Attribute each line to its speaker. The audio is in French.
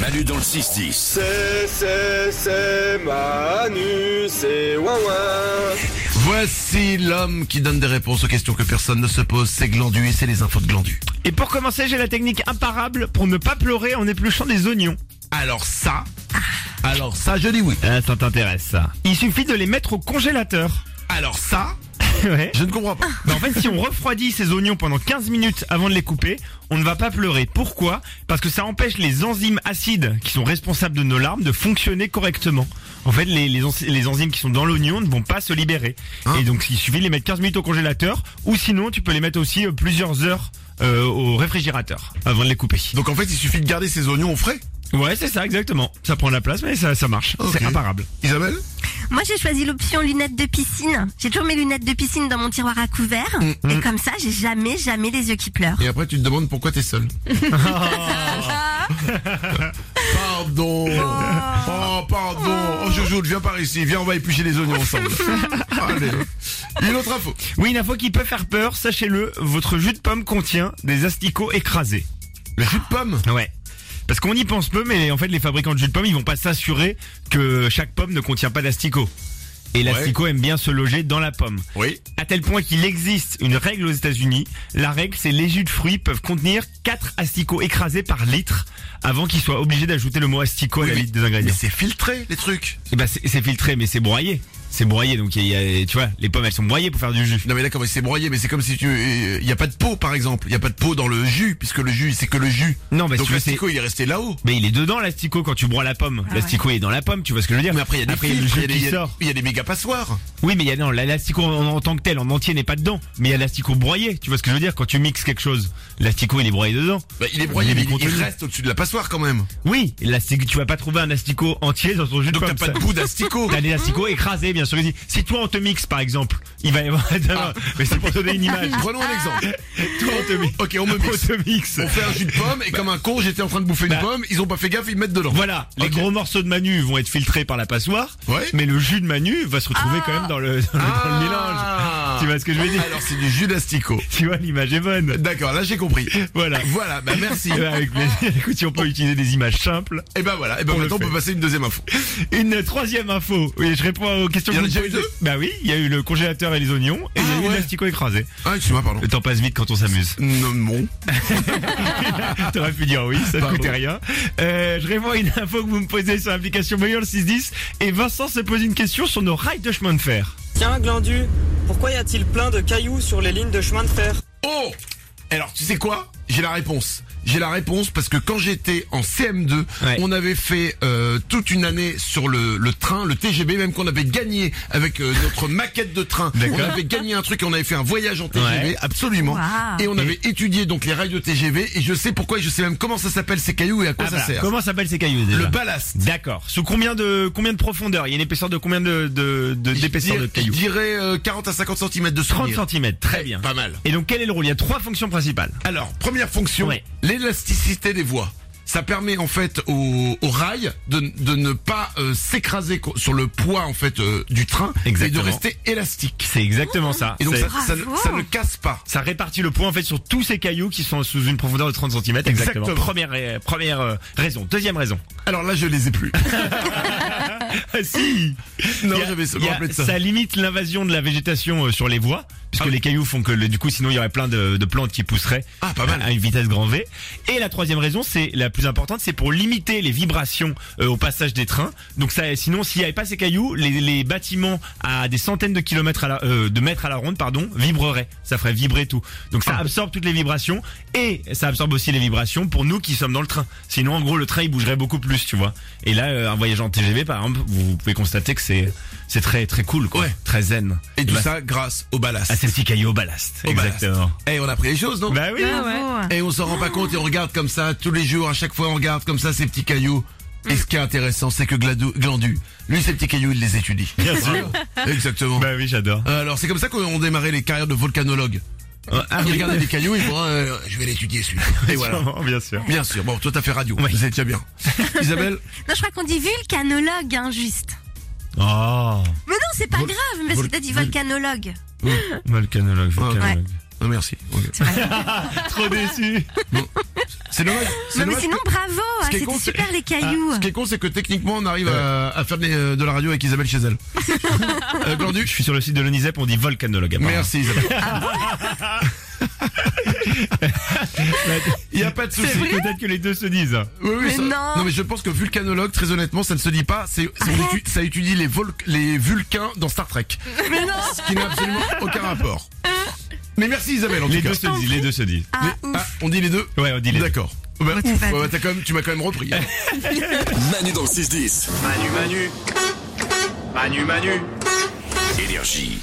Speaker 1: Manu dans le 6-10.
Speaker 2: C'est, c'est, c'est Manu, c'est Wawa.
Speaker 3: Voici l'homme qui donne des réponses aux questions que personne ne se pose. C'est Glandu et c'est les infos de Glandu.
Speaker 4: Et pour commencer, j'ai la technique imparable pour ne pas pleurer en épluchant des oignons.
Speaker 3: Alors ça, alors ça, je dis oui.
Speaker 4: Ah, ça t'intéresse ça. Il suffit de les mettre au congélateur.
Speaker 3: Alors ça,
Speaker 4: ouais.
Speaker 3: je ne comprends pas.
Speaker 4: Mais en fait, si on refroidit ces oignons pendant 15 minutes avant de les couper, on ne va pas pleurer. Pourquoi Parce que ça empêche les enzymes acides qui sont responsables de nos larmes de fonctionner correctement. En fait, les, les, enzy- les enzymes qui sont dans l'oignon ne vont pas se libérer.
Speaker 3: Hein
Speaker 4: Et donc, il suffit de les mettre 15 minutes au congélateur, ou sinon, tu peux les mettre aussi euh, plusieurs heures euh, au réfrigérateur avant de les couper.
Speaker 3: Donc en fait, il suffit de garder ses oignons au frais.
Speaker 4: Ouais, c'est ça, exactement. Ça prend de la place, mais ça, ça marche.
Speaker 3: Ok.
Speaker 4: C'est imparable.
Speaker 3: Isabelle
Speaker 5: Moi, j'ai choisi l'option lunettes de piscine. J'ai toujours mes lunettes de piscine dans mon tiroir à couvert.
Speaker 3: Mm,
Speaker 5: Et comme ça, j'ai jamais, jamais les yeux qui pleurent.
Speaker 3: Et après, tu te demandes pourquoi t'es seul.
Speaker 4: Oh.
Speaker 3: Pardon. Oh, pardon. Oh, Joujou, viens par ici. Viens, on va éplucher les oignons ensemble. Allez. Une autre info.
Speaker 4: Oui, une info qui peut faire peur, sachez-le, votre jus de pomme contient des asticots écrasés.
Speaker 3: Le jus de pomme.
Speaker 4: Ouais. Parce qu'on y pense peu, mais en fait, les fabricants de jus de pomme, ils vont pas s'assurer que chaque pomme ne contient pas d'asticot. Et l'asticot aime bien se loger dans la pomme.
Speaker 3: Oui.
Speaker 4: À tel point qu'il existe une règle aux États-Unis. La règle, c'est les jus de fruits peuvent contenir 4 asticots écrasés par litre avant qu'ils soient obligés d'ajouter le mot asticot à la
Speaker 3: mais-
Speaker 4: liste des ingrédients.
Speaker 3: Mais c'est filtré, les trucs.
Speaker 4: Eh ben, c'est c'est filtré, mais c'est broyé. C'est broyé, donc il y a- il y a- tu vois, les pommes elles sont broyées pour faire du jus.
Speaker 3: Non mais là comment il s'est broyé mais c'est comme si tu euh, il y a pas de peau par exemple, il y a pas de peau dans le jus puisque le jus c'est que le jus.
Speaker 4: Non, mais
Speaker 3: Donc
Speaker 4: si Bah, tu veux,
Speaker 3: l'asticot il est resté là-haut.
Speaker 4: Mais il est dedans l'asticot quand tu broies la pomme.
Speaker 5: Ah
Speaker 4: l'asticot est dans la pomme, tu vois ce que je veux dire
Speaker 3: Mais après il y a des
Speaker 4: le
Speaker 3: filtres,
Speaker 4: jus
Speaker 3: il y a des-
Speaker 4: qui
Speaker 3: il y a-
Speaker 4: sort.
Speaker 3: il y a des méga passoires.
Speaker 4: Oui, mais il y a non, l'asticot en, en tant que tel, en entier n'est pas dedans. Mais il y a l'asticot broyé, tu vois ce que je veux dire quand tu mixes quelque chose, l'asticot il est broyé dedans.
Speaker 3: Bah, il est broyé
Speaker 4: Il
Speaker 3: mais
Speaker 4: est
Speaker 3: il, il
Speaker 4: contenu.
Speaker 3: reste au-dessus de la passoire quand même.
Speaker 4: Oui, l'asticot, tu vas pas trouver un asticot entier dans ton jus de
Speaker 3: Donc t'as
Speaker 4: pomme.
Speaker 3: pas
Speaker 4: ça.
Speaker 3: de bout d'asticot.
Speaker 4: T'as des asticots écrasés, bien sûr. Si toi on te mixe par exemple, il va y avoir.
Speaker 3: Ah.
Speaker 4: Mais c'est pour donner une image.
Speaker 3: Prenons un exemple.
Speaker 4: toi on te mixe.
Speaker 3: OK, on me
Speaker 4: On
Speaker 3: mixe.
Speaker 4: te mixe.
Speaker 3: On fait un jus de pomme et comme un con, j'étais en train de bouffer une
Speaker 4: Bah.
Speaker 3: pomme, ils ont pas fait gaffe, ils me mettent dedans.
Speaker 4: Voilà, les
Speaker 3: Ok.
Speaker 4: gros morceaux de Manu vont être filtrés par la passoire,
Speaker 3: Ouais.
Speaker 4: mais le jus de Manu va se retrouver quand même dans le, dans le- dans le mélange.
Speaker 3: Ah.
Speaker 4: Tu vois ce que je veux dire
Speaker 3: Alors c'est du jus d'asticot.
Speaker 4: Tu vois, l'image est bonne.
Speaker 3: D'accord, là j'ai compris.
Speaker 4: Voilà.
Speaker 3: Voilà, bah merci.
Speaker 4: Euh, Avec plaisir. Écoute, si on peut utiliser des images simples.
Speaker 3: Et ben voilà, et ben
Speaker 4: On le
Speaker 3: maintenant on
Speaker 4: fait.
Speaker 3: peut passer à une deuxième info.
Speaker 4: Une troisième info. Oui, je réponds aux questions
Speaker 3: Il y en a
Speaker 4: que vous
Speaker 3: déjà eu
Speaker 4: posez.
Speaker 3: deux
Speaker 4: Bah oui, il y a eu le congélateur et les oignons, et il y
Speaker 3: Ah
Speaker 4: a eu
Speaker 3: ouais.
Speaker 4: l'asticot écrasé.
Speaker 3: Ah, excuse-moi, pardon.
Speaker 4: Le temps passe vite quand on s'amuse.
Speaker 3: Non, non.
Speaker 4: T'aurais pu dire oui, ça ne
Speaker 3: Ah. Pardon.
Speaker 4: coûtait rien. Euh, je réponds à une info que vous me posez sur l'application Meilleur le 610, et Vincent se pose une question sur nos rails de chemin de fer.
Speaker 6: Tiens, Glandu, pourquoi y a-t-il plein de cailloux sur les lignes de chemin de fer
Speaker 3: Oh Alors, tu sais quoi J'ai la réponse. J'ai la réponse parce que quand j'étais en CM2,
Speaker 4: Ouais.
Speaker 3: on avait fait euh, toute une année sur le, le train, le TGB, même qu'on avait gagné avec euh, notre maquette de train. On avait gagné un truc, et on avait fait un voyage en TGB,
Speaker 4: Ouais.
Speaker 3: absolument.
Speaker 5: Waouh.
Speaker 3: Et on avait étudié donc les rails de TGV, et je sais pourquoi, et je sais même comment ça s'appelle ces cailloux et à quoi
Speaker 4: Ah,
Speaker 3: ça
Speaker 4: voilà.
Speaker 3: sert.
Speaker 4: Comment s'appellent ces cailloux déjà
Speaker 3: Le ballast.
Speaker 4: D'accord. Sous combien de combien de profondeur Il y a une épaisseur de combien de de de- d'épaisseur de,
Speaker 3: Je dirais-
Speaker 4: cailloux
Speaker 3: je dirais euh, 40 à 50 cm de
Speaker 4: 30
Speaker 3: souvenir.
Speaker 4: cm, très bien.
Speaker 3: Pas mal.
Speaker 4: Et donc quel est le rôle Il y a trois fonctions principales.
Speaker 3: Alors, première fonction,
Speaker 4: Ouais.
Speaker 3: l'élasticité des voies. Ça permet en fait au, au rail de, de ne pas euh, s'écraser co- sur le poids en fait euh, du train
Speaker 4: Exactement.
Speaker 3: et de rester élastique.
Speaker 4: C'est exactement ça.
Speaker 3: Et donc
Speaker 4: C'est-
Speaker 3: ça, ça ne-
Speaker 5: Bravo.
Speaker 3: ça ne casse pas.
Speaker 4: ça répartit le poids en fait sur tous ces cailloux qui sont sous une profondeur de 30 cm. Exactement.
Speaker 3: Exactement.
Speaker 4: Première euh, première euh, raison. Deuxième raison.
Speaker 3: Alors là, je les ai plus.
Speaker 4: Ah, si.
Speaker 3: non,
Speaker 4: Il y a-
Speaker 3: j'avais
Speaker 4: il y
Speaker 3: me
Speaker 4: a-
Speaker 3: rappelé de ça.
Speaker 4: Ça limite l'invasion de la végétation euh, sur les voies, puisque
Speaker 3: Ah.
Speaker 4: les cailloux font que le- du coup, sinon il y aurait plein de, de plantes qui pousseraient
Speaker 3: Ah, pas mal.
Speaker 4: à une vitesse grand V. Et la troisième raison, c'est la plus importante, c'est pour limiter les vibrations euh, au passage des trains. Donc ça, sinon, s'il n'y avait pas ces cailloux, les, les bâtiments à des centaines de kilomètres à la, euh, de mètres à la ronde, pardon, vibreraient. Ça ferait vibrer tout. Donc
Speaker 3: Ah.
Speaker 4: ça absorbe toutes les vibrations et ça absorbe aussi les vibrations pour nous qui sommes dans le train. Sinon, en gros, le train il bougerait beaucoup plus, tu vois. Et là, euh, un voyage en TGV, par exemple, vous pouvez constater que c'est c'est très très cool, quoi.
Speaker 3: Ouais.
Speaker 4: très zen.
Speaker 3: Et tout
Speaker 4: Bah,
Speaker 3: ça grâce au ballast.
Speaker 4: à ces petits cailloux au ballast.
Speaker 3: Au ballast.
Speaker 4: Exactement.
Speaker 3: Et on a pris les choses, non
Speaker 4: Bah oui.
Speaker 5: Bravo.
Speaker 3: Et on s'en rend pas compte et on regarde comme ça tous les jours, à chaque fois on regarde comme ça ces petits cailloux. Et ce qui est intéressant, c'est que Gladou- Glandu, lui, ces petits cailloux, il les étudie.
Speaker 4: Bien sûr.
Speaker 3: Voilà. Exactement.
Speaker 4: Bah oui, j'adore.
Speaker 3: Alors c'est comme ça qu'on démarrait les carrières de volcanologues. Hein,
Speaker 4: Ah,
Speaker 3: Ils regardaient des cailloux, ils vont, euh, je vais l'étudier celui-là. Et voilà.
Speaker 4: Sûrement, bien sûr.
Speaker 3: Bien sûr. Bon, toi t'as fait radio.
Speaker 4: Oui.
Speaker 3: Vous étiez bien. Isabelle,
Speaker 5: Non, je crois qu'on dit vulcanologue, hein, juste.
Speaker 4: Oh,
Speaker 5: Mais non, c'est pas
Speaker 4: Ah,
Speaker 3: Vol-
Speaker 5: grave, mais
Speaker 3: vol-
Speaker 5: c'est t'as dit
Speaker 3: vol-
Speaker 5: volcanologue.
Speaker 4: volcanologue,
Speaker 3: volcanologue.
Speaker 4: volcanologue.
Speaker 3: Non, merci. Ok.
Speaker 4: Trop déçu.
Speaker 3: C'est dommage. c'est
Speaker 5: Non mais
Speaker 3: dommage
Speaker 5: sinon
Speaker 3: que-
Speaker 5: bravo, ah,
Speaker 3: ce qui est
Speaker 5: c'était
Speaker 3: con, c'est-
Speaker 5: super les cailloux.
Speaker 3: Ce qui est con, c'est que techniquement, on
Speaker 4: Eh
Speaker 3: arrive à, à faire des- euh, de la radio avec Isabelle chez elle. euh, Glandu,
Speaker 4: Je suis sur le site de l'ONISEP, on dit volcanologue. apparemment.
Speaker 3: merci Isabelle. Il n'y a pas de souci.
Speaker 4: C'est peut-être que les deux se disent.
Speaker 3: Oui, oui,
Speaker 5: Mais
Speaker 3: ça-
Speaker 5: non.
Speaker 3: mais je pense que vulcanologue, très honnêtement, ça ne se dit pas. C'est, c'est- on
Speaker 5: Arrête.
Speaker 3: étu- ça étudie les, vol- les vulcains dans Star Trek. Ce qui n'a absolument aucun rapport. Mais merci Isabelle en
Speaker 4: Les
Speaker 3: tout
Speaker 4: deux
Speaker 3: cas.
Speaker 4: se disent, les deux se disent.
Speaker 5: Ah,
Speaker 3: Les-
Speaker 5: ouf.
Speaker 3: ah, on dit les deux.
Speaker 4: Ouais, on dit les deux.
Speaker 3: D'accord. Bah,
Speaker 5: tu
Speaker 3: ouf,
Speaker 5: vas-
Speaker 3: ouais, t'as quand même- tu m'as quand même repris.
Speaker 2: Manu dans le 6-10. Manu, Manu. Manu, Manu. Énergie.